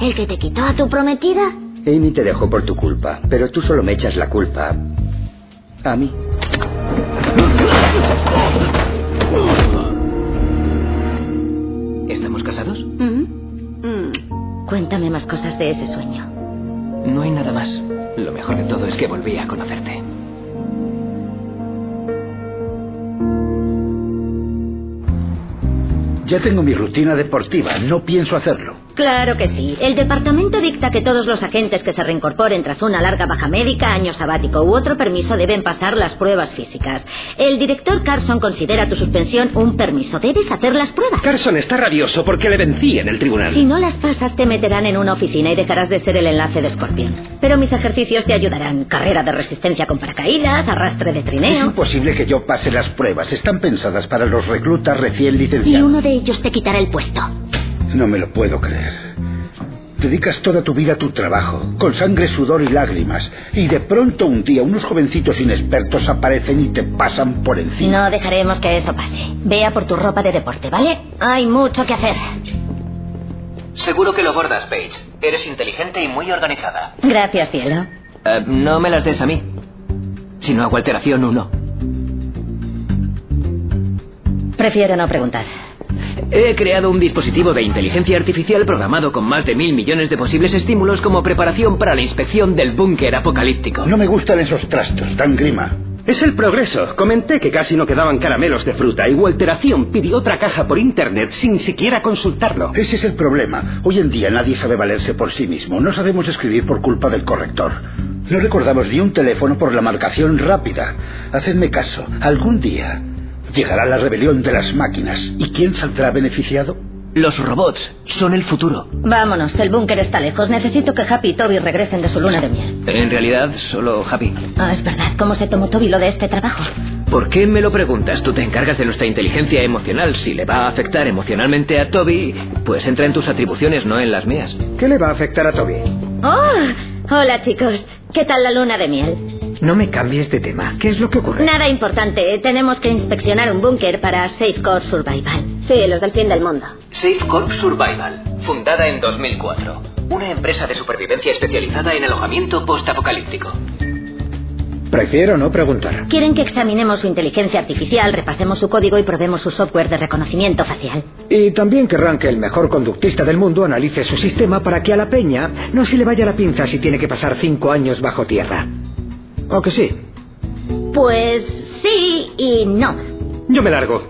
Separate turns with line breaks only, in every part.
¿El que te quitó a tu prometida?
Amy te dejó por tu culpa, pero tú solo me echas la culpa. A mí. ¿Estamos casados?
Cuéntame más cosas de ese sueño.
No hay nada más. Lo mejor de todo es que volví a conocerte. Ya tengo mi rutina deportiva, no pienso hacerlo.
Claro que sí. El departamento dicta que todos los agentes que se reincorporen tras una larga baja médica, año sabático u otro permiso deben pasar las pruebas físicas. El director Carson considera tu suspensión un permiso. Debes hacer las pruebas.
Carson está rabioso porque le vencí en el tribunal.
Si no las pasas, te meterán en una oficina y dejarás de ser el enlace de Scorpion. Pero mis ejercicios te ayudarán. Carrera de resistencia con paracaídas, arrastre de
Es
trineo.
imposible que yo pase las pruebas. Están pensadas para los reclutas recién
Y
licenciados.
uno de ellos te quitará el puesto.
No me lo puedo creer. Dedicas toda tu vida a tu trabajo, con sangre, sudor y lágrimas. Y de pronto un día unos jovencitos inexpertos aparecen y te pasan por encima.
No dejaremos que eso pase. Vea por tu ropa de deporte, ¿vale? Hay mucho que hacer.
Seguro que lo bordas, Paige. Eres inteligente y muy organizada.
Gracias, cielo.
Eh, no me las des a mí, sino a alteración 1.
Prefiero no preguntar.
He creado un dispositivo de inteligencia artificial programado con más de mil millones de posibles estímulos como preparación para la inspección del búnker apocalíptico.
No me gustan esos trastos, dan grima.
Es el progreso. Comenté que casi no quedaban caramelos de fruta y Walteración pidió otra caja por internet sin siquiera consultarlo.
Ese es el problema. Hoy en día nadie sabe valerse por sí mismo. No sabemos escribir por culpa del corrector. No recordamos ni un teléfono por la marcación rápida. Hacedme caso. Algún día llegará la rebelión de las máquinas. ¿Y quién saldrá beneficiado?
Los robots son el futuro.
Vámonos, el búnker está lejos. Necesito que Happy y Toby regresen de su luna de miel.
En realidad, solo Happy.
Ah, es verdad, ¿cómo se tomó Toby lo de este trabajo?
¿Por qué me lo preguntas? Tú te encargas de nuestra inteligencia emocional. Si le va a afectar emocionalmente a Toby, pues entra en tus atribuciones, no en las mías.
¿Qué le va a afectar a Toby?
¡Oh! Hola, chicos. ¿Qué tal la luna de miel?
No me cambies de tema. ¿Qué es lo que ocurre?
Nada importante. Tenemos que inspeccionar un búnker para Safecore Survival. Sí, los del fin del mundo.
Safe Corp Survival, fundada en 2004. Una empresa de supervivencia especializada en alojamiento postapocalíptico.
Prefiero no preguntar.
Quieren que examinemos su inteligencia artificial, repasemos su código y probemos su software de reconocimiento facial.
Y también querrán que el mejor conductista del mundo analice su sistema para que a la peña no se le vaya la pinza si tiene que pasar cinco años bajo tierra. ¿O que sí?
Pues sí y no.
Yo me largo.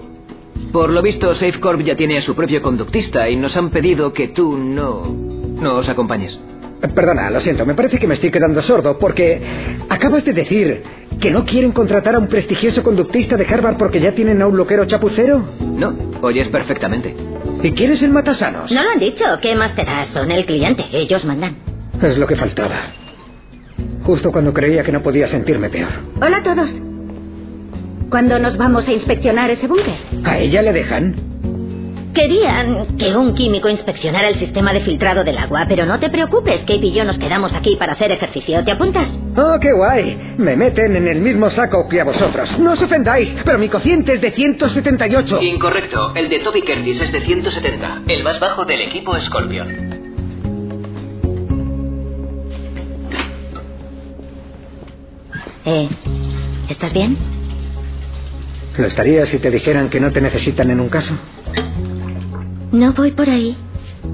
Por lo visto, Safe Corp ya tiene a su propio conductista y nos han pedido que tú no. no os acompañes.
Eh, Perdona, lo siento, me parece que me estoy quedando sordo porque acabas de decir que no quieren contratar a un prestigioso conductista de Harvard porque ya tienen a un loquero chapucero.
No, oyes perfectamente.
¿Y quién es el
Pues
matasanos?
No lo han dicho. ¿Qué más te da? Son el cliente. Ellos mandan.
Es lo que faltaba. Justo cuando creía que no podía sentirme peor.
Hola a todos. ¿Cuándo nos vamos a inspeccionar ese búnker?
¿A ella le dejan?
Querían que un químico inspeccionara el sistema de filtrado del agua, pero no te preocupes, Kate y yo nos quedamos aquí para hacer ejercicio. ¿Te apuntas?
¡Oh, qué guay! Me meten en el mismo saco que a vosotros. No os ofendáis, pero mi cociente es de 178.
Incorrecto, el de Toby Curtis es de 170, el más bajo del equipo Scorpion.
Eh, ¿estás bien?
¿Lo estaría si te dijeran que no te necesitan en un caso?
No voy por ahí.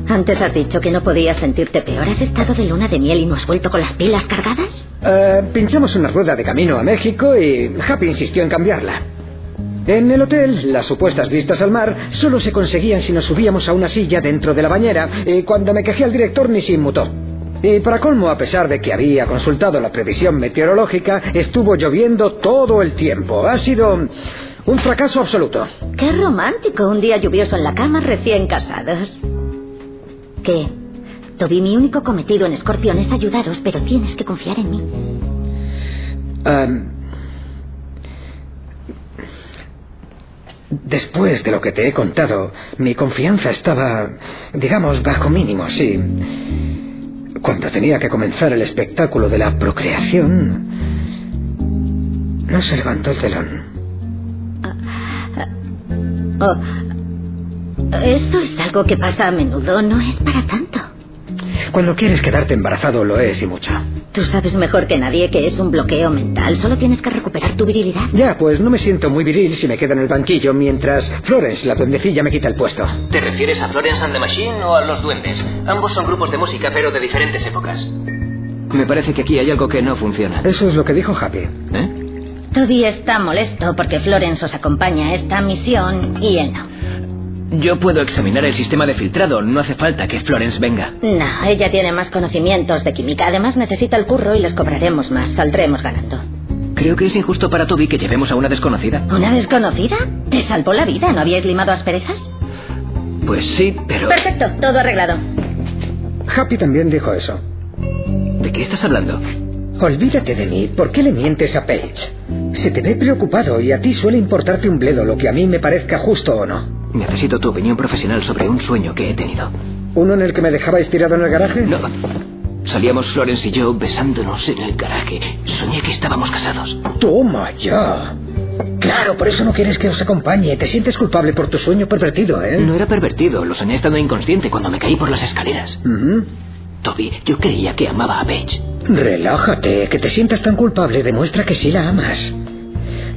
Antes has dicho que no podías sentirte peor. ¿Has estado de luna de miel y no has vuelto con las pilas cargadas?
Eh, pinchamos una rueda de camino a México y Happy insistió en cambiarla. En el hotel, las supuestas vistas al mar solo se conseguían si nos subíamos a una silla dentro de la bañera y cuando me quejé al director ni se inmutó. Y para colmo, a pesar de que había consultado la previsión meteorológica, estuvo lloviendo todo el tiempo. Ha sido un fracaso absoluto.
Qué romántico, un día lluvioso en la cama recién casados. ¿Qué? Toby, mi único cometido en Escorpión es ayudaros, pero tienes que confiar en mí.
Am, después de lo que te he contado, mi confianza estaba, digamos, bajo mínimo, sí. Cuando tenía que comenzar el espectáculo de la procreación, no se levantó el telón.
Oh, esto es algo que pasa a menudo, no es para tanto.
Cuando quieres quedarte embarazado lo es y mucho.
Tú sabes mejor que nadie que es un bloqueo mental, solo tienes que recuperar tu virilidad.
Ya, pues no me siento muy viril si me quedo en el banquillo mientras Florence, la duendecilla, me quita el puesto.
¿Te refieres a Florence and the Machine o a Los Duendes? Ambos son grupos de música, pero de diferentes épocas.
Me parece que aquí hay algo que no funciona.
Eso es lo que dijo Happy.
¿Eh?
Toby está molesto porque Florence os acompaña a esta misión y él no.
Yo puedo examinar el sistema de filtrado, no hace falta que Florence venga.
No, ella tiene más conocimientos de química. Además, necesita el curro y les cobraremos más. Saldremos ganando.
Creo que es injusto para Toby que llevemos a una desconocida.
¿Una desconocida? ¿Te salvó la vida? ¿No habíais limado asperezas?
Pues sí, pero...
Perfecto, todo arreglado.
Happy también dijo eso.
¿De qué estás hablando?
Olvídate de mí. ¿Por qué le mientes a Page? Se te ve preocupado y a ti suele importarte un bledo lo que a mí me parezca justo o no.
Necesito tu opinión profesional sobre un sueño que he tenido.
¿Uno en el que me dejabais tirado en el garaje?
No. Salíamos Florence y yo besándonos en el garaje. Soñé que estábamos casados.
Toma ya. Claro, por eso no quieres que os acompañe. Te sientes culpable por tu sueño pervertido, ¿eh?
No era pervertido, lo soñé estando inconsciente cuando me caí por las escaleras.
Ujú.
Toby, yo creía que amaba a Paige.
Relájate, que te sientas tan culpable demuestra que sí la amas.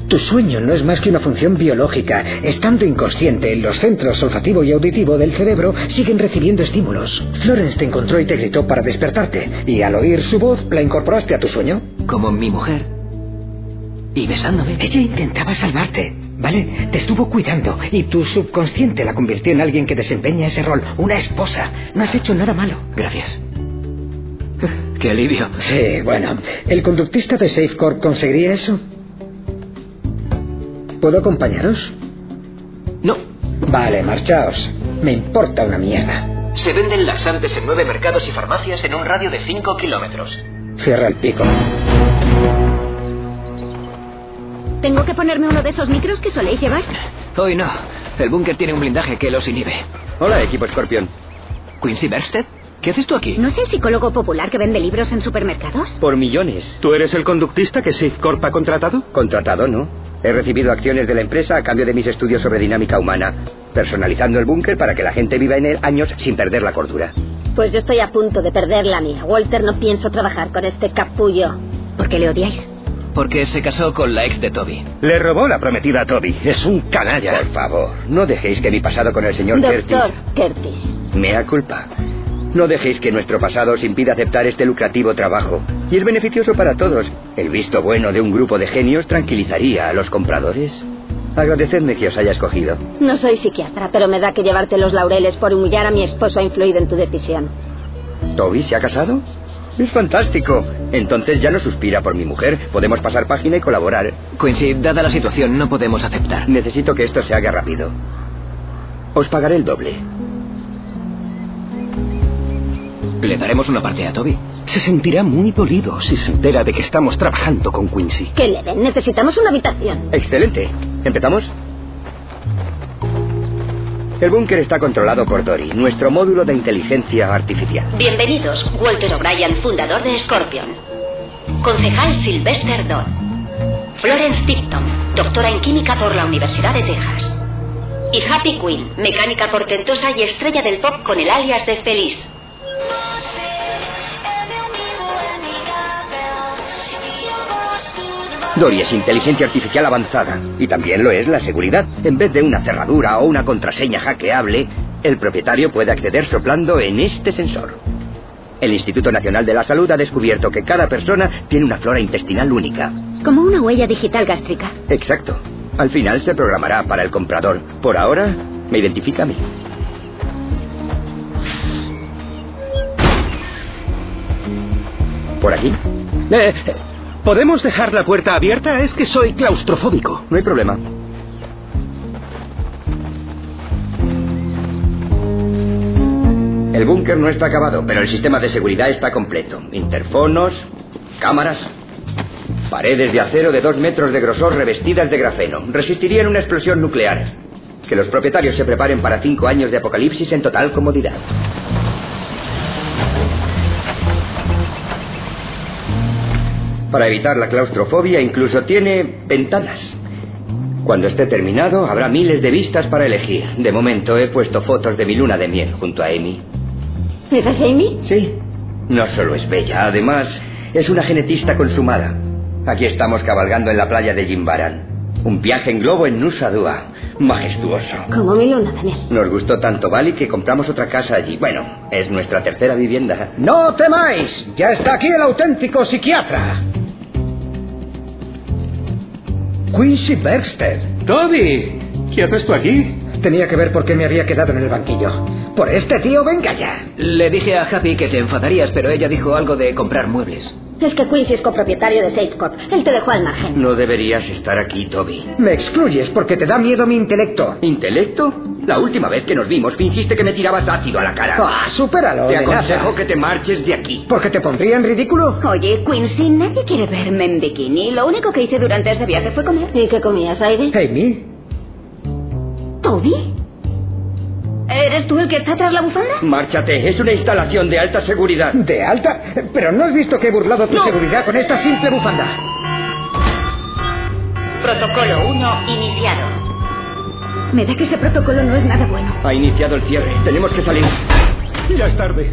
Tu sueño no es más que una función biológica. Estando inconsciente, los centros olfativo y auditivo del cerebro siguen recibiendo estímulos. Florence te encontró y te gritó para despertarte, y al oír su voz la incorporaste a tu sueño.
Como mi mujer. Y besándome.
Ella intentaba salvarte, ¿vale? Te estuvo cuidando y tu subconsciente la convirtió en alguien que desempeña ese rol, una esposa. No has hecho nada malo.
Gracias. Qué alivio.
Sí, bueno. ¿El conductista de Safecorp conseguiría eso? ¿Puedo acompañaros?
No.
Vale, marchaos. Me importa una mierda.
Se venden laxantes en nueve mercados y farmacias en un radio de 5 kilómetros.
Cierra el pico.
¿Tengo que ponerme uno de esos micros que soléis llevar?
Hoy no. El búnker tiene un blindaje que los inhibe.
Hola, equipo Scorpion.
¿Quincy Berstead? ¿Qué haces tú aquí?
¿No es el psicólogo popular que vende libros en supermercados?
Por millones.
¿Tú eres el conductista que SafeCorp ha contratado?
Contratado, ¿no? He recibido acciones de la empresa a cambio de mis estudios sobre dinámica humana, personalizando el búnker para que la gente viva en él años sin perder la cordura.
Pues yo estoy a punto de perder la mía. Walter, no pienso trabajar con este capullo.
¿Por qué le odiáis?
Porque se casó con la ex de Toby.
Le robó la prometida a Toby. Es un canalla.
Por favor, no dejéis que mi pasado con el señor
Doctor
Curtis
Curtis.
mea culpa. No dejéis que nuestro pasado os impida aceptar este lucrativo trabajo. Y es beneficioso para todos. El visto bueno de un grupo de genios tranquilizaría a los compradores. Agradecedme que os haya escogido.
No soy psiquiatra, pero me da que llevarte los laureles por humillar a mi esposo ha influido en tu decisión.
¿Toby se ha casado? Es fantástico. Entonces ya no suspira por mi mujer. Podemos pasar página y colaborar.
Quincy, dada la situación, no podemos aceptar.
Necesito que esto se haga rápido. Os pagaré el doble.
Le daremos una parte a Toby.
Se sentirá muy dolido si se entera de que estamos trabajando con Quincy.
¿Qué le den? Necesitamos una habitación.
Excelente. ¿Empezamos? El búnker está controlado por Dory, nuestro módulo de inteligencia artificial.
Bienvenidos, Walter O'Brien, fundador de Scorpion. Concejal Sylvester Dodd. Florence Tipton, doctora en química por la Universidad de Texas. Y Happy Quinn, mecánica portentosa y estrella del pop con el alias de Feliz.
Dory es inteligencia artificial avanzada, y también lo es la seguridad. En vez de una cerradura o una contraseña hackeable, el propietario puede acceder soplando en este sensor. El Instituto Nacional de la Salud ha descubierto que cada persona tiene una flora intestinal única.
Como una huella digital gástrica.
Exacto. Al final se programará para el comprador. Por ahora, me identifica a mí. ¿Por aquí?
Eh, ¿Podemos dejar la puerta abierta? Es que soy claustrofóbico.
No hay problema. El búnker no está acabado, pero el sistema de seguridad está completo. Interfonos, cámaras, paredes de acero de dos metros de grosor revestidas de grafeno. Resistirían una explosión nuclear. Que los propietarios se preparen para cinco años de apocalipsis en total comodidad. Para evitar la claustrofobia incluso tiene ventanas. Cuando esté terminado, habrá miles de vistas para elegir. De momento he puesto fotos de mi luna de miel junto a Amy.
¿Esa es Amy?
Sí. No solo es bella, además es una genetista consumada. Aquí estamos cabalgando en la playa de Jimbaran. Un viaje en globo en Nusa Dua. Majestuoso.
Como mi luna de miel.
Nos gustó tanto Bali que compramos otra casa allí. Bueno, es nuestra tercera vivienda.
No temáis, ya está aquí el auténtico psiquiatra. Quincy Bergster.
Toby, ¿qué haces tú aquí?
Tenía que ver por qué me había quedado en el banquillo. Por este tío, venga ya.
Le dije a Happy que te enfadarías, pero ella dijo algo de comprar muebles.
Es que Quincy es copropietario de SafeCorp. Él te dejó al margen.
No deberías estar aquí, Toby.
Me excluyes porque te da miedo mi intelecto.
¿Intelecto? La última vez que nos vimos fingiste que me tirabas ácido a la cara.
Ah, supéralo.
Te aconsejo que te marches de aquí.
¿Porque te pondría en ridículo?
Oye, Quincy, nadie quiere verme en bikini. Lo único que hice durante ese viaje fue comer.
¿Y qué comías, Heidi?
Amy.
¿Toby?
¿Eres tú el que está tras la bufanda?
Márchate, es una instalación de alta seguridad.
¿De alta? Pero no has visto que he burlado tu
No.
seguridad con esta simple bufanda.
Protocolo 1 iniciado.
Me da que ese protocolo no es nada bueno.
Ha iniciado el cierre. Tenemos que salir.
Ya es tarde.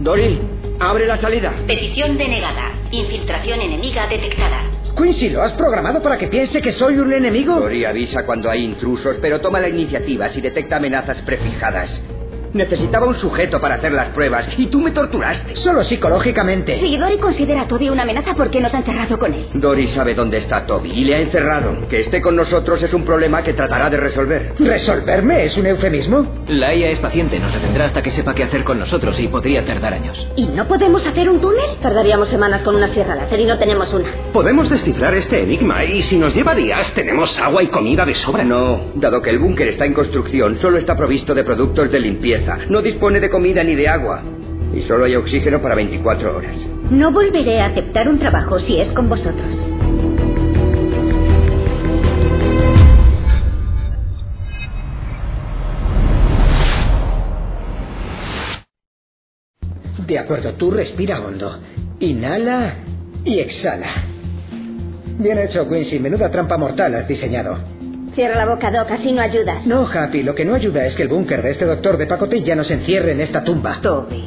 Dory, abre la salida.
Petición denegada. Infiltración enemiga detectada.
Quincy, ¿lo has programado para que piense que soy un enemigo?
Dory avisa cuando hay intrusos, pero toma la iniciativa si detecta amenazas prefijadas. Necesitaba un sujeto para hacer las pruebas y tú me torturaste.
Solo psicológicamente.
Si Dory considera a Toby una amenaza, ¿por qué nos ha encerrado con él?
Dory sabe dónde está Toby y le ha encerrado. Que esté con nosotros es un problema que tratará de resolver.
¿Resolverme es un eufemismo?
La IA es paciente, nos detendrá hasta que sepa qué hacer con nosotros y podría tardar años.
¿Y no podemos hacer un túnel? Tardaríamos semanas con una sierra láser y no tenemos una.
Podemos descifrar este enigma y si nos lleva días tenemos agua y comida de sobra.
No, dado que el búnker está en construcción, solo está provisto de productos de limpieza. No dispone de comida ni de agua. Y solo hay oxígeno para 24 horas.
No volveré a aceptar un trabajo si es con vosotros.
De acuerdo, tú respira hondo. Inhala y exhala. Bien hecho, Quincy. Menuda trampa mortal has diseñado.
Cierra la boca, Doc, así no ayudas.
No, Happy, lo que no ayuda es que el búnker de este doctor de pacotilla nos encierre en esta tumba.
Toby,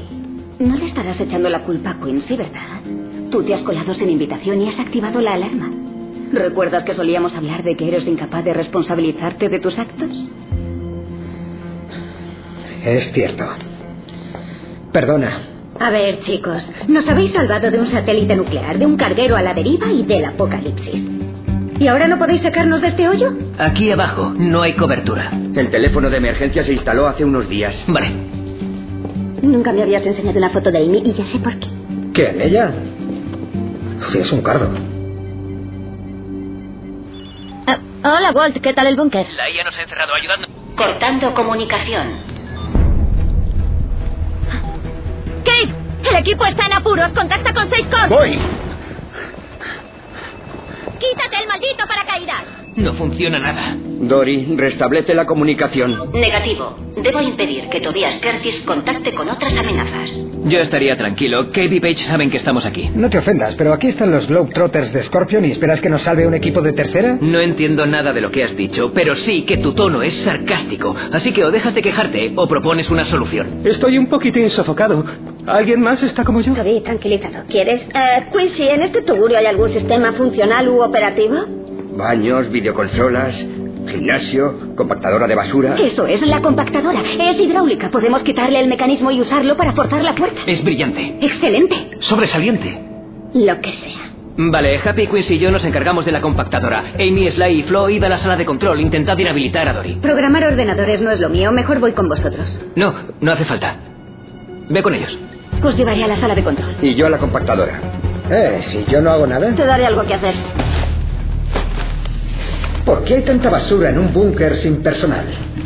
no le estarás echando la culpa a Quincy, ¿verdad? Tú te has colado sin invitación y has activado la alarma. ¿Recuerdas que solíamos hablar de que eres incapaz de responsabilizarte de tus actos?
Es cierto. Perdona.
A ver, chicos, nos habéis salvado de un satélite nuclear, de un carguero a la deriva y del apocalipsis. ¿Y ahora no podéis sacarnos de este hoyo?
Aquí abajo no hay cobertura.
El teléfono de emergencia se instaló hace unos días.
Vale,
Nunca me habías enseñado una foto de Amy y ya sé por qué.
¿Qué, en ella? Sí, es un cardo.
Ah, hola, Walt, ¿qué tal el búnker?
la IA nos ha encerrado ayudando.
Cortando comunicación.
¡Kate! ¡El equipo está en apuros! ¡Contacta con SafeCorp!
Voy.
¡Quítate el maldito paracaídas!
No funciona nada.
Dory, restablece la comunicación.
Negativo. Debo impedir que Tobias Curtis contacte con otras amenazas.
Yo estaría tranquilo. Katie y Page saben que estamos aquí.
No te ofendas, pero aquí están los Globetrotters de Scorpion y esperas que nos salve un equipo de tercera.
No entiendo nada de lo que has dicho, pero sí que tu tono es sarcástico. Así que o dejas de quejarte o propones una solución.
Estoy un poquitín sofocado. ¿Alguien más está como yo?
David, tranquilízalo. ¿Quieres? Eh, Quincy, ¿en este tugurio hay algún sistema funcional u operativo?
Baños, videoconsolas, gimnasio, compactadora de
Ah.
basura.
Eso es, la compactadora. Es hidráulica. Podemos quitarle el mecanismo y usarlo para forzar la puerta.
Es brillante.
Excelente.
Sobresaliente.
Lo que sea.
Vale, Happy Quincy y yo nos encargamos de la compactadora. Amy, Sly y Flo id a la sala de control. Intentad inhabilitar a Dory.
Programar ordenadores no es lo mío. Mejor voy con vosotros.
No, no hace falta. Ve con ellos.
Os llevaré a la sala de control.
Y yo a la compactadora.
Eh, ¿y yo no hago nada?
Te daré algo que hacer.
¿Por qué hay tanta basura en un búnker sin personal?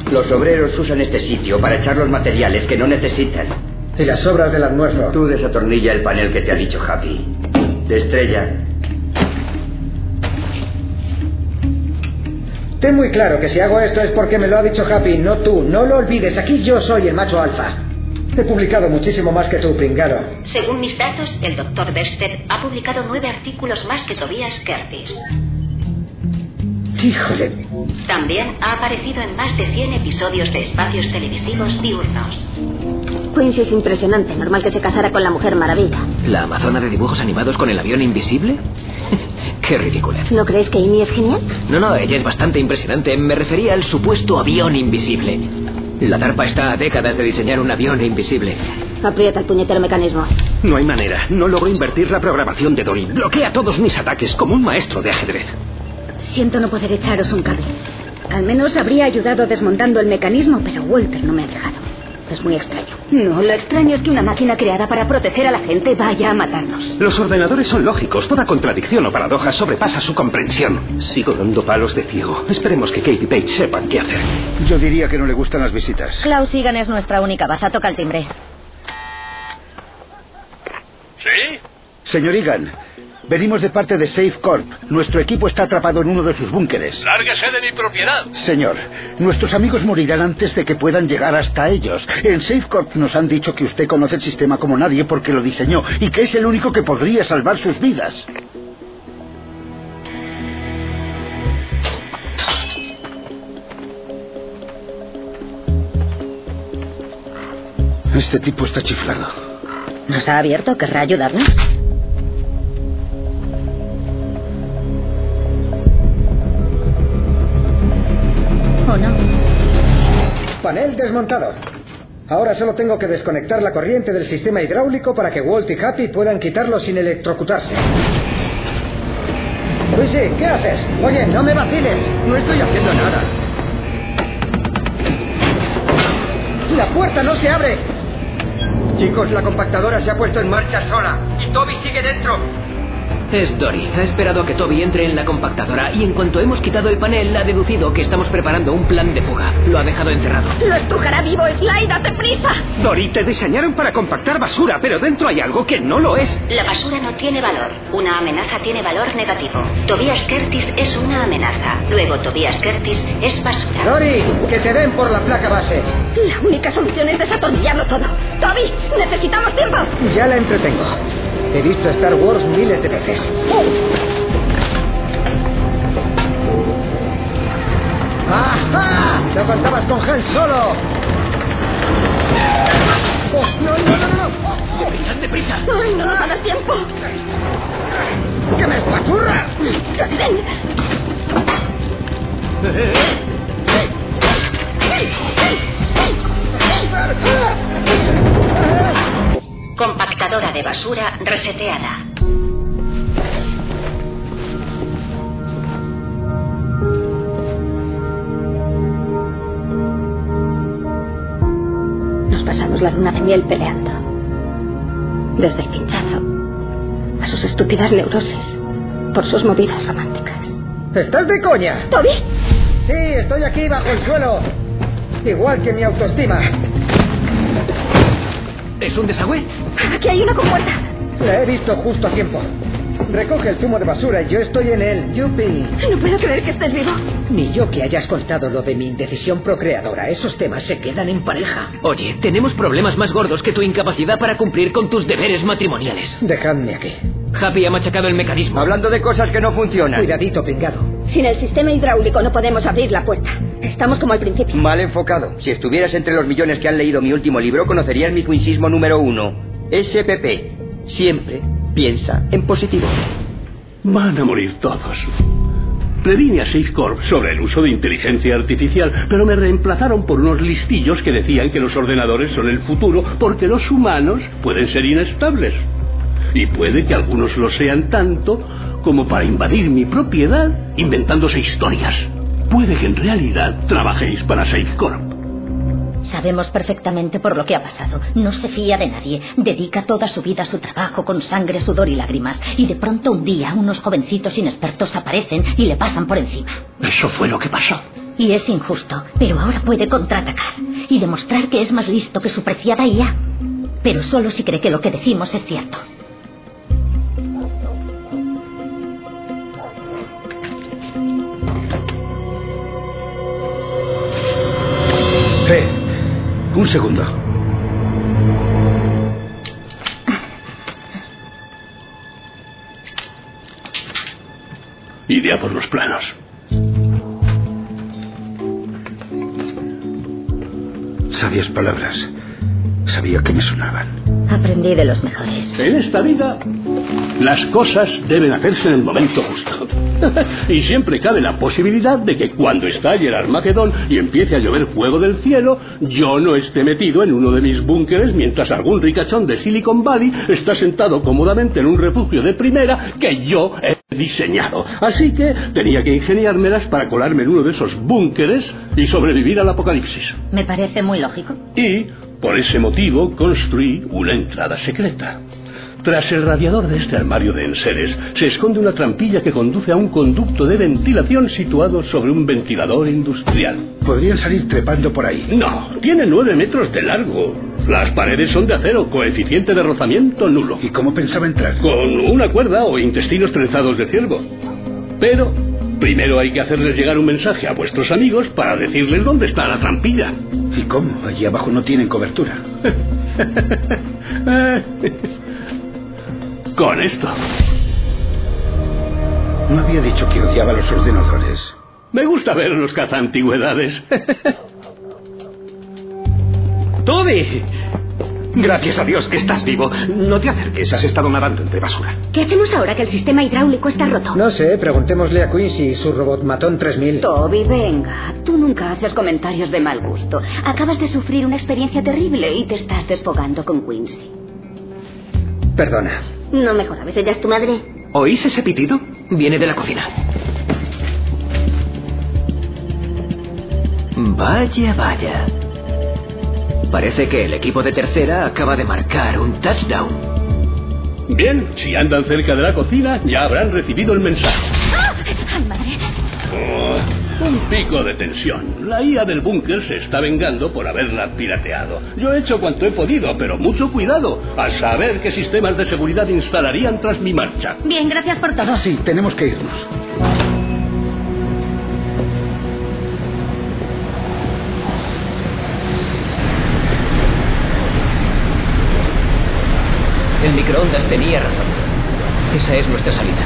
Los obreros usan este sitio para echar los materiales que no necesitan.
Y las obras del almuerzo.
Tú desatornilla el panel que te ha dicho Happy. De estrella.
Ten muy claro que si hago esto es porque me lo ha dicho Happy, no tú. No lo olvides, aquí yo soy el macho alfa. He publicado muchísimo más que tú, pringado.
Según mis datos, el doctor Dexter ha publicado nueve artículos más que Tobias Curtis.
Híjole.
También ha aparecido en más de 100 episodios de espacios televisivos diurnos.
Quincy es impresionante. Normal que se casara con la Mujer Maravilla.
¿La amazona de dibujos animados con el avión invisible? Qué ridícula.
¿No crees que Amy es genial?
No, no, ella es bastante impresionante. Me refería al supuesto avión invisible. La DARPA está a décadas de diseñar un avión invisible.
Aprieta el puñetero mecanismo.
No hay manera. No logro invertir la programación de Dory. Bloquea todos mis ataques como un maestro de ajedrez.
Siento no poder echaros un cable. Al menos habría ayudado desmontando el mecanismo, pero Walter no me ha dejado. Es muy extraño.
No, lo extraño es que una máquina creada para proteger a la gente vaya a matarnos.
Los ordenadores son lógicos. Toda contradicción o paradoja sobrepasa su comprensión. Sigo dando palos de ciego. Esperemos que Kate y Page sepan qué hacer.
Yo diría que no le gustan las visitas.
Klaus Egan es nuestra única baza. Toca el timbre.
¿Sí?
Señor Egan, venimos de parte de Safe Corp. Nuestro equipo está atrapado en uno de sus búnkeres.
Lárguese de mi propiedad.
Señor, nuestros amigos morirán antes de que puedan llegar hasta ellos. En Safe Corp nos han dicho que usted conoce el sistema como nadie porque lo diseñó y que es el único que podría salvar sus vidas. Este tipo está chiflado.
¿Nos ha abierto? ¿Querrá ayudarnos? ¿O no?
Panel desmontado. Ahora solo tengo que desconectar la corriente del sistema hidráulico para que Walt y Happy puedan quitarlo sin electrocutarse. Luigi, ¿qué haces? Oye, no me vaciles.
No estoy haciendo nada.
La puerta no se abre. Chicos, la compactadora se ha puesto en marcha sola y Toby sigue dentro.
Es Dory. Ha esperado a que Toby entre en la compactadora y en cuanto hemos quitado el panel ha deducido que estamos preparando un plan de fuga. Lo ha dejado encerrado.
¡Lo estrujará vivo, Sly! ¡Date prisa!
Dory, te diseñaron para compactar basura, pero dentro hay algo que no lo es.
La basura no tiene valor. Una amenaza tiene valor negativo. Tobias Curtis es una amenaza. Luego Tobias Curtis es basura.
Dory, que te den por la placa base.
La única solución es desatornillarlo todo. Toby, necesitamos tiempo.
Ya la entretengo. He visto Star Wars miles de veces. ¡Oh! ¡Ajá! ¡Te faltabas con Han Solo! ¡Oh, no, no, no, no!
¡Oh, ¡Deprisa, deprisa!
¡Ay, no nos va a dar tiempo!
¡Que me espachurra!
Compactadora de basura reseteada.
Nos pasamos la luna de miel peleando. Desde el pinchazo. A sus estúpidas neurosis. Por sus movidas románticas.
¿Estás de coña?
¿Toby?
Sí, estoy aquí bajo el suelo. Igual que mi autoestima.
¿Es un desagüe?
Aquí hay una compuerta.
La he visto justo a tiempo. Recoge el zumo de basura y yo estoy en él. ¡Yupi!
No puedo creer que estés vivo.
Ni yo que hayas contado lo de mi indecisión procreadora. Esos temas se quedan en pareja.
Oye, tenemos problemas más gordos que tu incapacidad para cumplir con tus deberes matrimoniales.
Dejadme aquí.
Happy ha machacado el mecanismo.
Hablando de cosas que no funcionan.
Cuidadito, pingado.
Sin el sistema hidráulico no podemos abrir la puerta. Estamos como al principio.
Mal enfocado. Si estuvieras entre los millones que han leído mi último libro, conocerías mi quincismo número uno. SPP. Siempre piensa en positivo.
Van a morir todos. Previne a SafeCorp sobre el uso de inteligencia artificial, pero me reemplazaron por unos listillos que decían que los ordenadores son el futuro porque los humanos pueden ser inestables. Y puede que algunos lo sean tanto como para invadir mi propiedad inventándose historias. Puede que en realidad trabajéis para SafeCorp.
Sabemos perfectamente por lo que ha pasado. No se fía de nadie. Dedica toda su vida a su trabajo con sangre, sudor y lágrimas. Y de pronto un día unos jovencitos inexpertos aparecen y le pasan por encima.
Eso fue lo que pasó.
Y es injusto, pero ahora puede contraatacar y demostrar que es más listo que su preciada IA. pero solo si cree que lo que decimos es cierto.
Eh, un segundo.
Iré a por los planos.
Sabias palabras. Sabía que me sonaban.
Aprendí de los mejores.
En esta vida, las cosas deben hacerse en el momento justo. y siempre cabe la posibilidad de que cuando estalle el Armagedón y empiece a llover fuego del cielo, yo no esté metido en uno de mis búnkeres mientras algún ricachón de Silicon Valley está sentado cómodamente en un refugio de primera que yo he diseñado. Así que tenía que ingeniármelas para colarme en uno de esos búnkeres y sobrevivir al apocalipsis.
Me parece muy lógico.
Y por ese motivo construí una entrada secreta. Tras el radiador de este armario de enseres se esconde una trampilla que conduce a un conducto de ventilación situado sobre un ventilador industrial.
Podrían salir trepando por ahí.
No, tiene nueve metros de largo. Las paredes son de acero, coeficiente de rozamiento nulo.
¿Y cómo pensaba entrar?
Con una cuerda o intestinos trenzados de ciervo. Pero primero hay que hacerles llegar un mensaje a vuestros amigos para decirles dónde está la trampilla.
¿Y cómo? Allí abajo no tienen cobertura.
Con esto.
No había dicho que odiaba los ordenadores.
Me gusta verlos caza antigüedades.
¡Toby! Gracias a Dios que estás vivo. No te acerques, has estado nadando entre basura.
¿Qué hacemos ahora que el sistema hidráulico está roto?
No sé, preguntémosle a Quincy y su robot matón 3000.
Toby, venga. Tú nunca haces comentarios de mal gusto. Acabas de sufrir una experiencia terrible y te estás desfogando con Quincy.
Perdona.
No mejor, a veces ya es tu madre.
¿Oís ese pitido? Viene de la cocina. Vaya, vaya. Parece que el equipo de tercera acaba de marcar un touchdown.
Bien, si andan cerca de la cocina, ya habrán recibido el mensaje.
¡Ah! ¡Ay, madre!
Oh, un pico de tensión. La IA del búnker se está vengando por haberla pirateado. Yo he hecho cuanto he podido, pero mucho cuidado al saber qué sistemas de seguridad instalarían tras mi marcha.
Bien, gracias por todo.
Ah, sí, tenemos que irnos.
El microondas tenía razón. Esa es nuestra salida.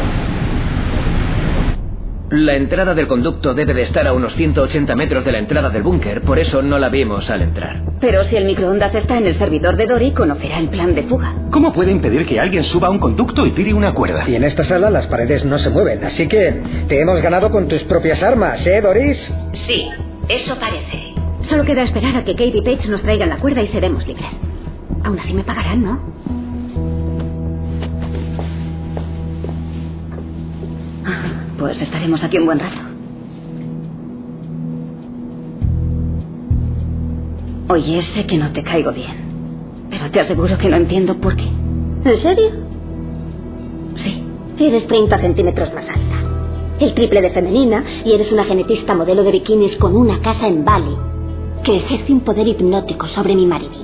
La entrada del conducto debe de estar a unos 180 metros de la entrada del búnker, por eso no la vimos al entrar.
Pero si el microondas está en el servidor de Dory, conocerá el plan de fuga.
¿Cómo puede impedir que alguien suba a un conducto y tire una cuerda?
Y en esta sala las paredes no se mueven, así que te hemos ganado con tus propias armas, ¿eh, Doris?
Sí, eso parece.
Solo queda esperar a que Katie Page nos traiga la cuerda y seremos libres. Aún así me pagarán, ¿no? Pues estaremos aquí un buen rato. Oye, sé que no te caigo bien, pero te aseguro que no entiendo por qué.
¿En serio?
Sí.
Eres 30 centímetros más alta, el triple de femenina, y eres una genetista modelo de bikinis con una casa en Bali, que ejerce un poder hipnótico sobre mi maridito.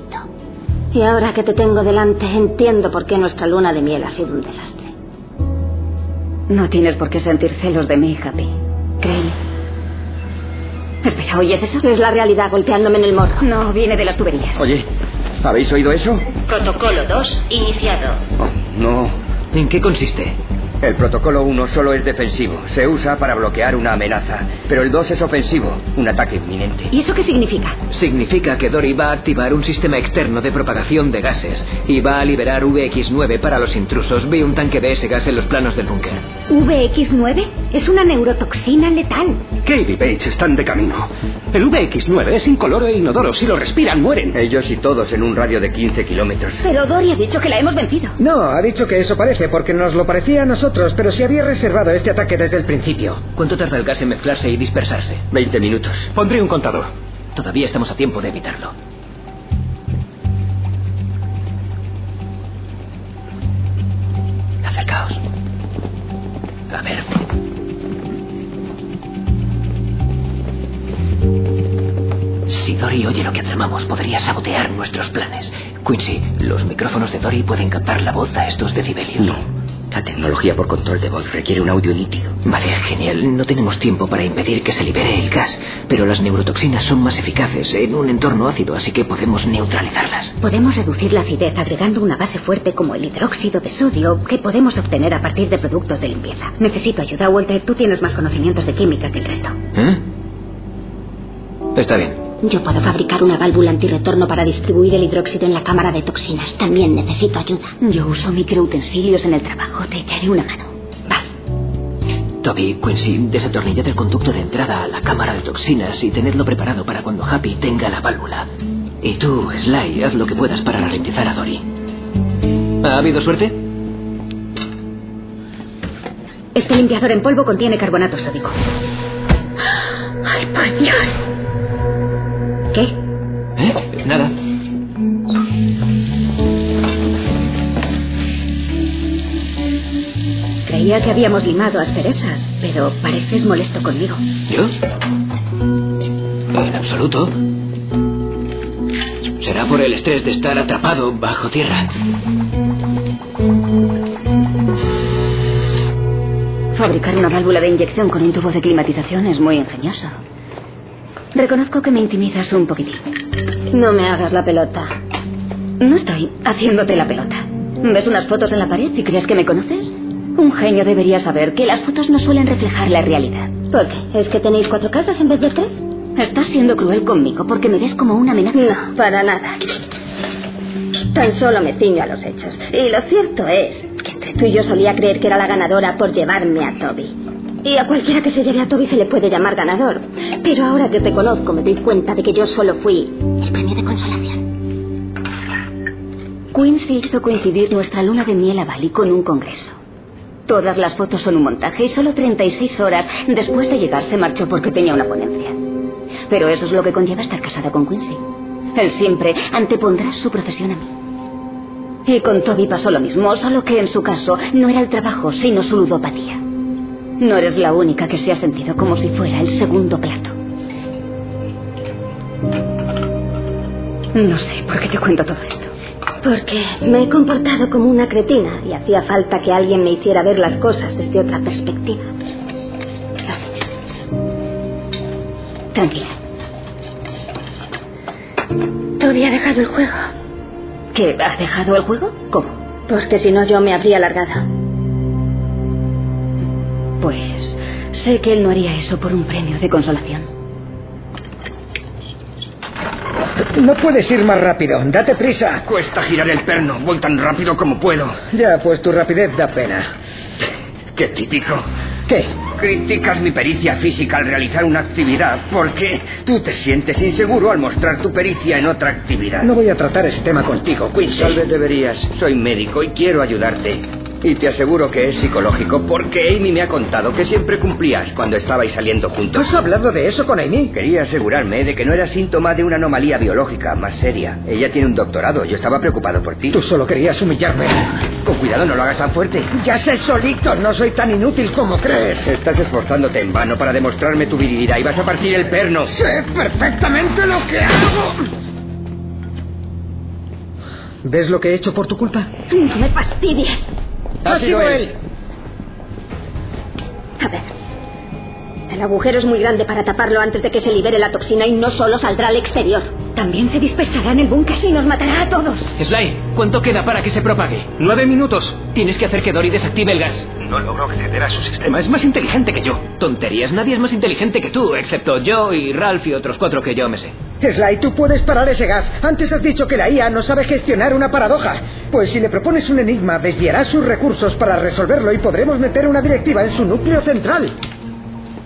Y ahora que te tengo delante, entiendo por qué nuestra luna de miel ha sido un desastre.
No tienes por qué sentir celos de mí, Happy. Créeme. Espera, ¿oyes eso?
Es la realidad golpeándome en el morro.
No, viene de las tuberías.
Oye, ¿habéis oído eso?
Protocolo 2 iniciado.
Oh, no.
¿En qué consiste?
El protocolo 1 solo es defensivo. Se usa para bloquear una amenaza. Pero el 2 es ofensivo, un ataque inminente.
¿Y eso qué significa?
Significa que Dory va a activar un sistema externo de propagación de gases y va a liberar VX9 para los intrusos. Vi un tanque de ese gas en los planos del búnker.
¿VX9? Es una neurotoxina letal.
Katie Page están de camino. El VX9 es incoloro e inodoro. Si lo respiran, mueren.
Ellos y todos en un radio de 15 kilómetros.
Pero Dory ha dicho que la hemos vencido.
No, ha dicho que eso parece, porque nos lo parecía a nosotros pero se había reservado este ataque desde el principio.
¿Cuánto tarda el gas en mezclarse y dispersarse?
Veinte minutos.
Pondré un contador.
Todavía estamos a tiempo de evitarlo. Acercaos. A ver. Si no Dory oye lo que tramamos, podría sabotear nuestros planes. Quincy, los micrófonos de Dory pueden captar la voz a estos decibelios.
No. La tecnología por control de voz requiere un audio nítido.
Vale, genial. No tenemos tiempo para impedir que se libere el gas, pero las neurotoxinas son más eficaces en un entorno ácido, así que podemos neutralizarlas.
Podemos reducir la acidez agregando una base fuerte como el hidróxido de sodio que podemos obtener a partir de productos de limpieza. Necesito ayuda, Walter. Tú tienes más conocimientos de química que el resto.
¿Eh? Está bien.
Yo puedo fabricar una válvula antirretorno para distribuir el hidróxido en la cámara de toxinas. También necesito ayuda. Yo uso microutensilios en el trabajo. Te echaré una mano.
Toby, Quincy, desatornillad el conducto de entrada a la cámara de toxinas y tenedlo preparado para cuando Happy tenga la válvula. Y tú, Sly, haz lo que puedas para ralentizar a Dory. ¿Ha habido suerte?
Este limpiador en polvo contiene carbonato sódico. ¡Ay, por Dios! ¿Qué?
¿Eh? Nada.
Creía que habíamos limado asperezas, pero pareces molesto conmigo.
¿Yo? En absoluto. Será por el estrés de estar atrapado bajo tierra.
Fabricar una válvula de inyección con un tubo de climatización es muy ingenioso. Reconozco que me intimidas un poquitín.
No me hagas la pelota.
No estoy haciéndote la pelota. ¿Ves unas fotos en la pared y crees que me conoces? Un genio debería saber que las fotos no suelen reflejar la realidad.
¿Por qué? ¿Es que tenéis cuatro casas en vez de tres?
Estás siendo cruel conmigo porque me ves como una amenaza.
No, para nada. Tan solo me ciño a los hechos. Y lo cierto es que entre tú y yo solía creer que era la ganadora por llevarme a Toby. Y a cualquiera que se lleve a Toby se le puede llamar ganador. Pero ahora que te conozco me doy cuenta de que yo solo fui el premio de consolación.
Quincy hizo coincidir nuestra luna de miel a Bali con un congreso. Todas las fotos son un montaje y solo 36 horas después de llegar se marchó porque tenía una ponencia. Pero eso es lo que conlleva estar casada con Quincy. Él siempre antepondrá su profesión a mí. Y con Toby pasó lo mismo, solo que en su caso no era el trabajo, sino su ludopatía. No eres la única que se ha sentido como si fuera el segundo plato. No sé por qué te cuento todo esto.
Porque me he comportado como una cretina y hacía falta que alguien me hiciera ver las cosas desde otra perspectiva.
Lo sé. Tranquila.
Toby ha dejado el juego.
¿Qué? ¿Has dejado el juego? ¿Cómo?
Porque si no yo me habría largado.
Pues sé que él no haría eso por un premio de consolación.
No puedes ir más rápido, date prisa.
Cuesta girar el perno, voy tan rápido como puedo.
Ya, pues tu rapidez da pena.
Qué típico.
¿Qué?
Criticas mi pericia física al realizar una actividad porque tú te sientes inseguro al mostrar tu pericia en otra actividad.
No voy a tratar este tema contigo, Quincy.
Tal vez deberías. Soy médico y quiero ayudarte. Y te aseguro que es psicológico porque Amy me ha contado que siempre cumplías cuando estabais saliendo juntos.
¿Has hablado de eso con Amy?
Quería asegurarme de que no era síntoma de una anomalía biológica más seria. Ella tiene un doctorado. Yo estaba preocupado por ti.
Tú solo querías humillarme.
Con cuidado, no lo hagas tan fuerte.
Ya sé solito, no soy tan inútil como crees.
Estás esforzándote en vano para demostrarme tu virilidad y vas a partir el perno.
Sé perfectamente lo que hago. ¿Ves lo que he hecho por tu culpa?
No me fastidies.
Ha, ha sido, sido él. él.
A ver. El agujero es muy grande para taparlo antes de que se libere la toxina y no solo saldrá al exterior.
También se dispersará en el búnker y nos matará a todos.
Sly, ¿cuánto queda para que se propague?
Nueve minutos.
Tienes que hacer que Dory desactive el gas.
No logro acceder a su sistema. Es más inteligente que yo.
Tonterías. Nadie es más inteligente que tú, excepto yo y Ralph y otros cuatro que yo me sé.
Sly, tú puedes parar ese gas. Antes has dicho que la IA no sabe gestionar una paradoja. Pues si le propones un enigma, desviará sus recursos para resolverlo y podremos meter una directiva en su núcleo central.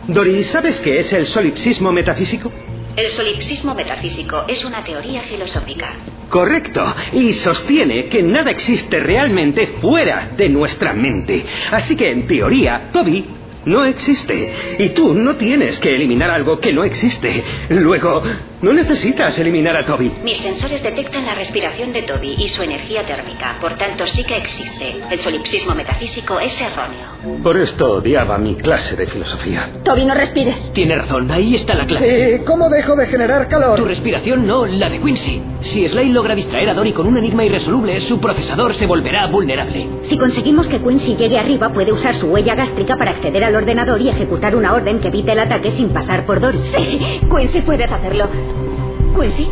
Dory, ¿sabes qué es el solipsismo metafísico?
El solipsismo metafísico es una teoría filosófica.
Correcto, y sostiene que nada existe realmente fuera de nuestra mente. Así que, en teoría, Toby no existe. Y tú no tienes que eliminar algo que no existe. Luego, No necesitas eliminar a Toby.
Mis sensores detectan la respiración de Toby y su energía térmica, por tanto sí que existe. El solipsismo metafísico es erróneo.
Por esto odiaba mi clase de filosofía.
Toby, no respires.
Tiene razón, ahí está la clave.
Eh, ¿Cómo dejo de generar calor?
Tu respiración no, la de Quincy. Si Sly logra distraer a Dory con un enigma irresoluble, su procesador se volverá vulnerable.
Si conseguimos que Quincy llegue arriba, puede usar su huella gástrica para acceder al ordenador y ejecutar una orden que evite el ataque sin pasar por Dory.
Sí, Quincy, puedes hacerlo. Quincy.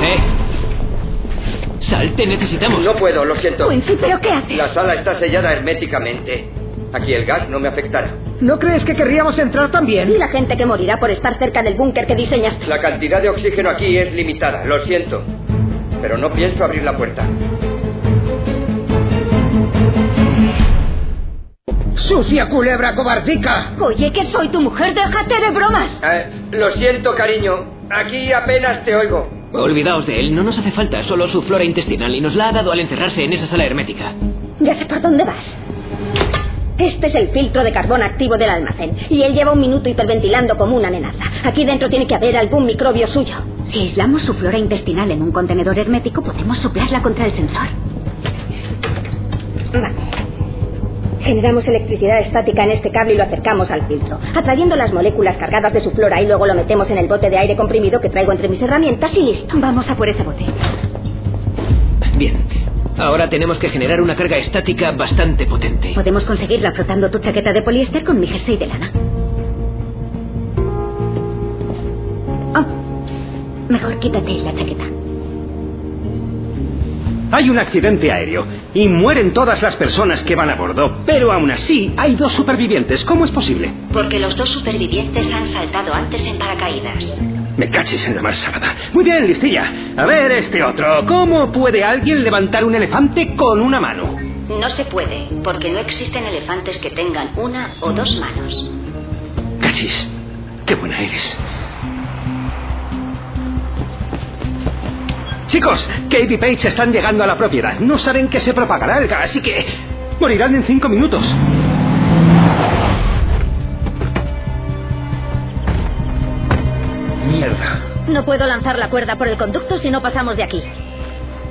¿Eh? Salte, necesitamos.
No puedo, lo siento.
Quincy, ¿pero qué haces?
La sala está sellada herméticamente. Aquí el gas no me afectará.
¿No crees que querríamos entrar también?
Y la gente que morirá por estar cerca del búnker que diseñaste.
La cantidad de oxígeno aquí es limitada, lo siento. Pero no pienso abrir la puerta.
¡Sucia culebra cobardica!
Oye, que soy tu mujer, déjate de bromas.
Eh, lo siento, cariño. Aquí apenas te oigo.
Olvidaos de él, no nos hace falta, solo su flora intestinal y nos la ha dado al encerrarse en esa sala hermética.
Ya sé por dónde vas. Este es el filtro de carbón activo del almacén. Y él lleva un minuto hiperventilando como una nenaza. Aquí dentro tiene que haber algún microbio suyo.
Si aislamos su flora intestinal en un contenedor hermético, podemos soplarla contra el sensor.
Vale. Generamos electricidad estática en este cable y lo acercamos al filtro, atrayendo las moléculas cargadas de su flora y luego lo metemos en el bote de aire comprimido que traigo entre mis herramientas y listo.
Vamos a por ese bote.
Bien, Ahora tenemos que generar una carga estática bastante potente.
Podemos conseguirla frotando tu chaqueta de poliéster con mi jersey de lana. Oh, mejor quítate la chaqueta.
Hay un accidente aéreo y mueren todas las personas que van a bordo, pero aún así hay dos supervivientes. ¿Cómo es posible?
Porque los dos supervivientes han saltado antes en paracaídas.
Me caches en la más sábada. Muy bien, listilla. A ver este otro. ¿Cómo puede alguien levantar un elefante con una mano?
No se puede, porque no existen elefantes que tengan una o dos manos.
Cachis, qué buena eres. Chicos, Kate y Page están llegando a la propiedad. No saben que se propagará el gas, así que morirán en cinco minutos.
Mierda.
No puedo lanzar la cuerda por el conducto si no pasamos de aquí.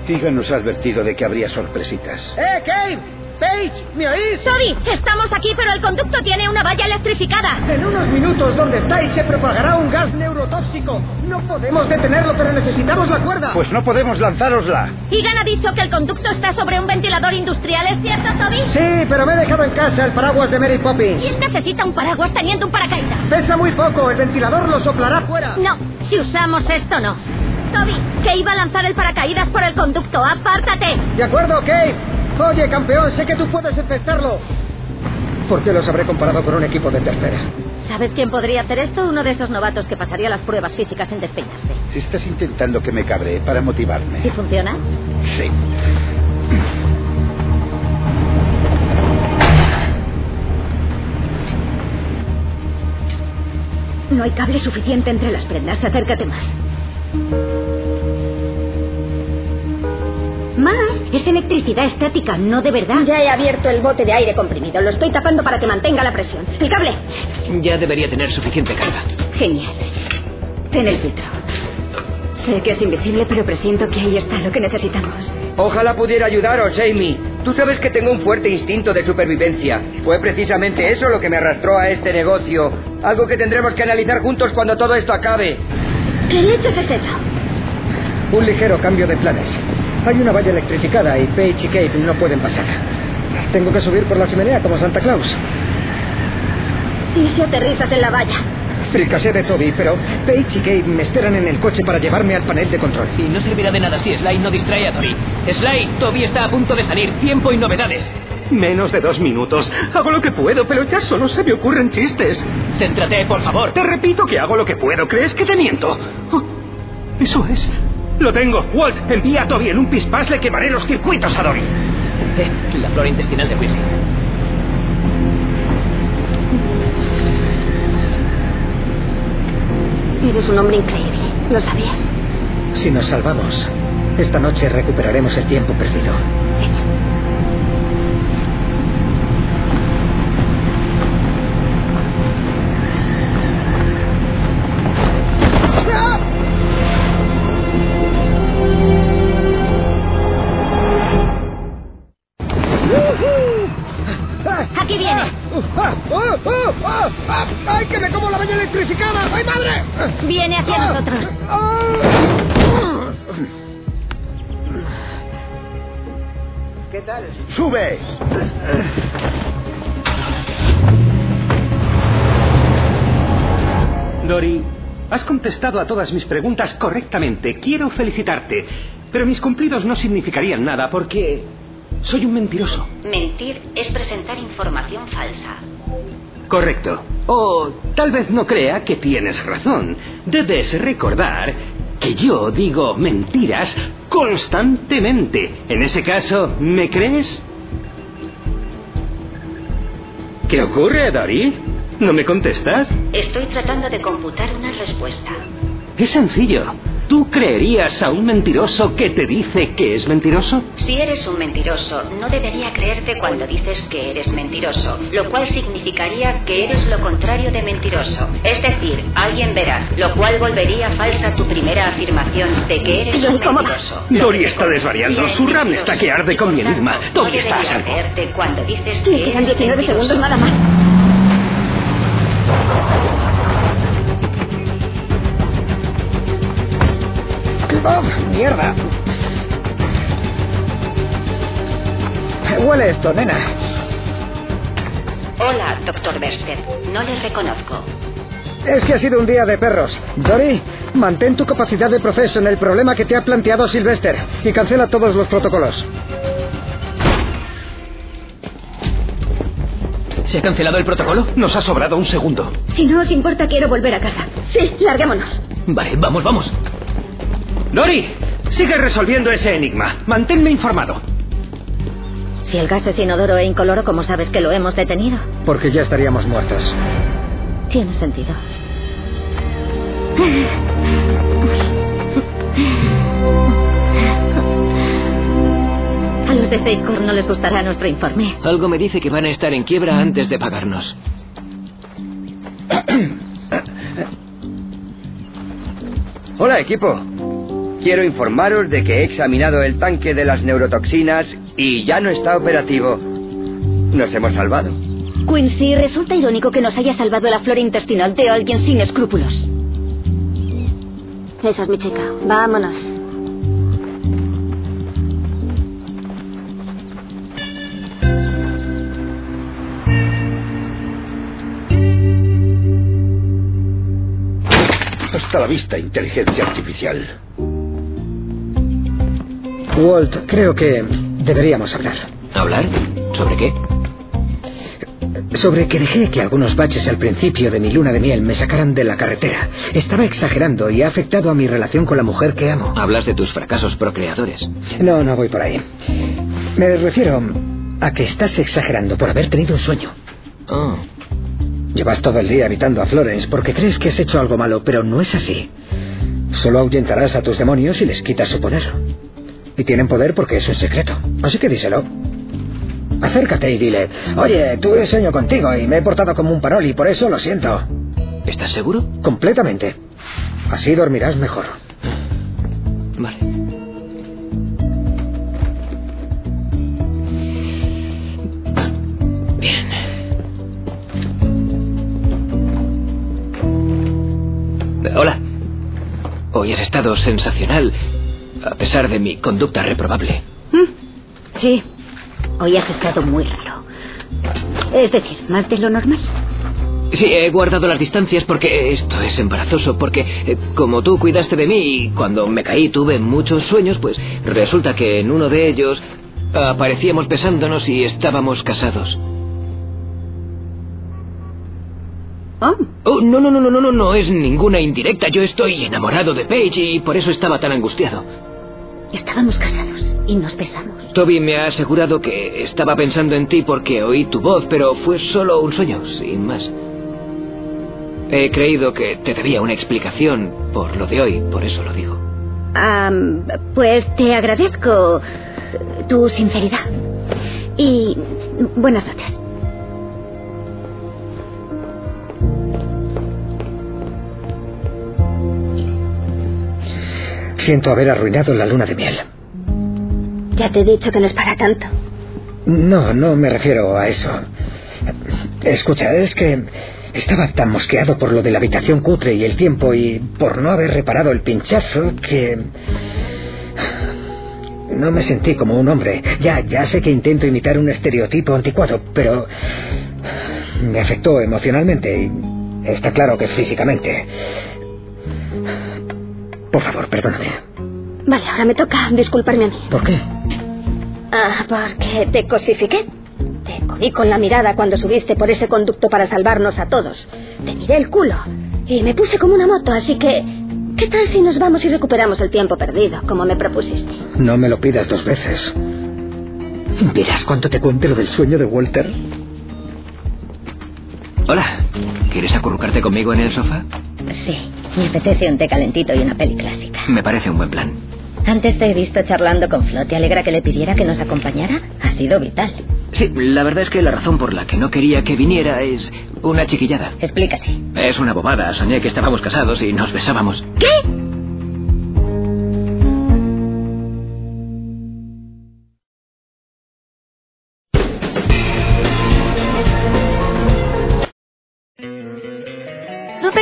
Giga nos ha advertido de que habría sorpresitas.
¡Eh, Kate! ¡Paige! ¿Me oís?
¡Sorry! Estamos aquí, pero el conducto tiene una valla electrificada.
En unos minutos, donde estáis, se propagará un gas neurotóxico. No podemos detenerlo, pero necesitamos la cuerda.
Pues no podemos lanzarosla.
Igan ha dicho que el conducto está sobre un ventilador industrial, ¿es cierto, Toby?
Sí, pero me he dejado en casa el paraguas de Mary Poppins.
¿Quién necesita un paraguas teniendo un paracaídas?
Pesa muy poco, el ventilador lo soplará fuera.
No, si usamos esto, no. Toby, que iba a lanzar el paracaídas por el conducto. ¡Apártate!
De acuerdo, Kate. Oye, campeón, sé que tú puedes encestarlo. ¿Por qué los habré comparado con un equipo de tercera?
¿Sabes quién podría hacer esto? Uno de esos novatos que pasaría las pruebas físicas sin despeinarse.
Estás intentando que me cabre para motivarme.
¿Y funciona?
Sí.
No hay cable suficiente entre las prendas. Acércate más.
Más, es electricidad estática, no de verdad.
Ya he abierto el bote de aire comprimido. Lo estoy tapando para que mantenga la presión. ¡El cable!
Ya debería tener suficiente carga.
Genial. Ten el filtro. Sé que es invisible, pero presiento que ahí está lo que necesitamos.
Ojalá pudiera ayudaros, Amy. Tú sabes que tengo un fuerte instinto de supervivencia. Fue precisamente eso lo que me arrastró a este negocio. Algo que tendremos que analizar juntos cuando todo esto acabe.
¿Qué leches es eso?
Un ligero cambio de planes. Hay una valla electrificada y Paige y Kate no pueden pasar. Tengo que subir por la chimenea como Santa Claus.
¿Y si aterrizas en la valla?
Fricasé de Toby, pero Paige y Kate me esperan en el coche para llevarme al panel de control.
Y no servirá de nada si Sly no distrae a Dory. Sly, Toby está a punto de salir. Tiempo y novedades.
Menos de dos minutos. Hago lo que puedo, pero ya solo se me ocurren chistes.
Céntrate, por favor.
Te repito que hago lo que puedo. ¿Crees que te miento? Oh, eso es. Lo tengo. Walt, envía a Toby en un pispás, le quemaré los circuitos a Dory.
Eh, la flora intestinal de Quincy.
Eres un hombre increíble. ¿Lo sabías?
Si nos salvamos, esta noche recuperaremos el tiempo perdido. ¡Oh, oh, oh! ¡Ah! ¡Ay, que me como la bella electrificada! ¡Ay, madre!
Viene hacia nosotros.
¿Qué tal?
¡Sube!
Dory, has contestado a todas mis preguntas correctamente. Quiero felicitarte. Pero mis cumplidos no significarían nada porque soy un mentiroso.
Mentir es presentar información falsa.
Correcto. O tal vez no crea que tienes razón. Debes recordar que yo digo mentiras constantemente. En ese caso, ¿me crees? ¿Qué ocurre, Dory? ¿No me contestas?
Estoy tratando de computar una respuesta.
Es sencillo. ¿Tú creerías a un mentiroso que te dice que es mentiroso?
Si eres un mentiroso, no debería creerte cuando dices que eres mentiroso, lo cual significaría que eres lo contrario de mentiroso, es decir, alguien veraz, lo cual volvería falsa tu primera afirmación de que eres un mentiroso.
Dory está desvariando. Su RAM está que arde con mi enigma.
No
Dory está a
debería
salvo.
creerte cuando dices
Le
que
quedan
eres
19 segundos
mentiroso.
nada más.
¡Oh, mierda! Huele esto, nena.
Hola, doctor Berster. No le reconozco.
Es que ha sido un día de perros. Dory, mantén tu capacidad de proceso en el problema que te ha planteado Sylvester y cancela todos los protocolos.
¿Se ha cancelado el protocolo?
Nos ha sobrado un segundo.
Si no os importa, quiero volver a casa. Sí, larguémonos.
Vale, vamos, vamos.
Dory, sigue resolviendo ese enigma. Manténme informado.
Si el gas es inodoro e incoloro, ¿cómo sabes que lo hemos detenido?
Porque ya estaríamos muertos.
Tiene sentido. A los de Safecore no les gustará nuestro informe.
Algo me dice que van a estar en quiebra antes de pagarnos.
Hola, equipo. Quiero informaros de que he examinado el tanque de las neurotoxinas y ya no está operativo. Nos hemos salvado.
Quincy, resulta irónico que nos haya salvado la flora intestinal de alguien sin escrúpulos. Esa es mi chica. Vámonos.
Hasta la vista, inteligencia artificial.
Walt, creo que deberíamos hablar.
¿Hablar? ¿Sobre qué?
Sobre que dejé que algunos baches al principio de mi luna de miel me sacaran de la carretera. Estaba exagerando y ha afectado a mi relación con la mujer que amo.
Hablas de tus fracasos procreadores.
No, no voy por ahí. Me refiero a que estás exagerando por haber tenido un sueño.
Oh,
Llevas todo el día habitando a Florence porque crees que has hecho algo malo, pero no es así. Solo ahuyentarás a tus demonios y les quitas su poder. Y tienen poder porque es un secreto. Así que díselo. Acércate y dile, oye, tuve sueño contigo y me he portado como un parol y por eso lo siento.
¿estás seguro?
Completamente. Así dormirás mejor.
Vale. Bien. Eh, Hola. Hoy has estado sensacional, a pesar de mi conducta reprobable.
¿Mm? Sí. Hoy has estado muy raro. Es decir, más de lo normal.
Sí, he guardado las distancias porque esto es embarazoso, porque eh, como tú cuidaste de mí y cuando me caí tuve muchos sueños, pues resulta que en uno de ellos aparecíamos besándonos y estábamos casados.
Oh,
Oh, no, no, no, no, no, no, no es ninguna indirecta. Yo estoy enamorado de Paige y por eso estaba tan angustiado.
estábamos casados y nos besamos.
Toby me ha asegurado que estaba pensando en ti porque oí tu voz, pero fue solo un sueño, sin más. He creído que te debía una explicación por lo de hoy, por eso lo digo.
Ah, pues te agradezco eh, tu sinceridad. Y mm, buenas noches.
Siento haber arruinado la luna de miel.
Ya te he dicho que no es para tanto.
No, no me refiero a eso. Escucha, es que estaba tan mosqueado por lo de la habitación cutre y el tiempo y por no haber reparado el pinchazo que... No me sentí como un hombre. Ya, ya sé que intento imitar un estereotipo anticuado, pero... Me afectó emocionalmente y está claro que físicamente. Por favor, perdóname.
Vale, ahora me toca disculparme a mí.
¿Por qué?
Ah, porque te cosifiqué. Te cogí con la mirada cuando subiste por ese conducto para salvarnos a todos. Te miré el culo y me puse como una moto, así que... ¿Qué tal si nos vamos y recuperamos el tiempo perdido, como me propusiste?
No me lo pidas dos veces. Verás cuánto te cuente lo del sueño de Walter.
Hola, ¿quieres acurrucarte conmigo en el sofá?
Sí, me apetece un té calentito y una peli clásica.
Me parece un buen plan.
Antes te he visto charlando con Flo. ¿Te alegra que le pidiera que nos acompañara? Ha sido vital.
Sí, la verdad es que la razón por la que no quería que viniera es una chiquillada.
Explícate.
Es una bobada. Soñé que estábamos casados y nos besábamos.
¿Qué?
¿No te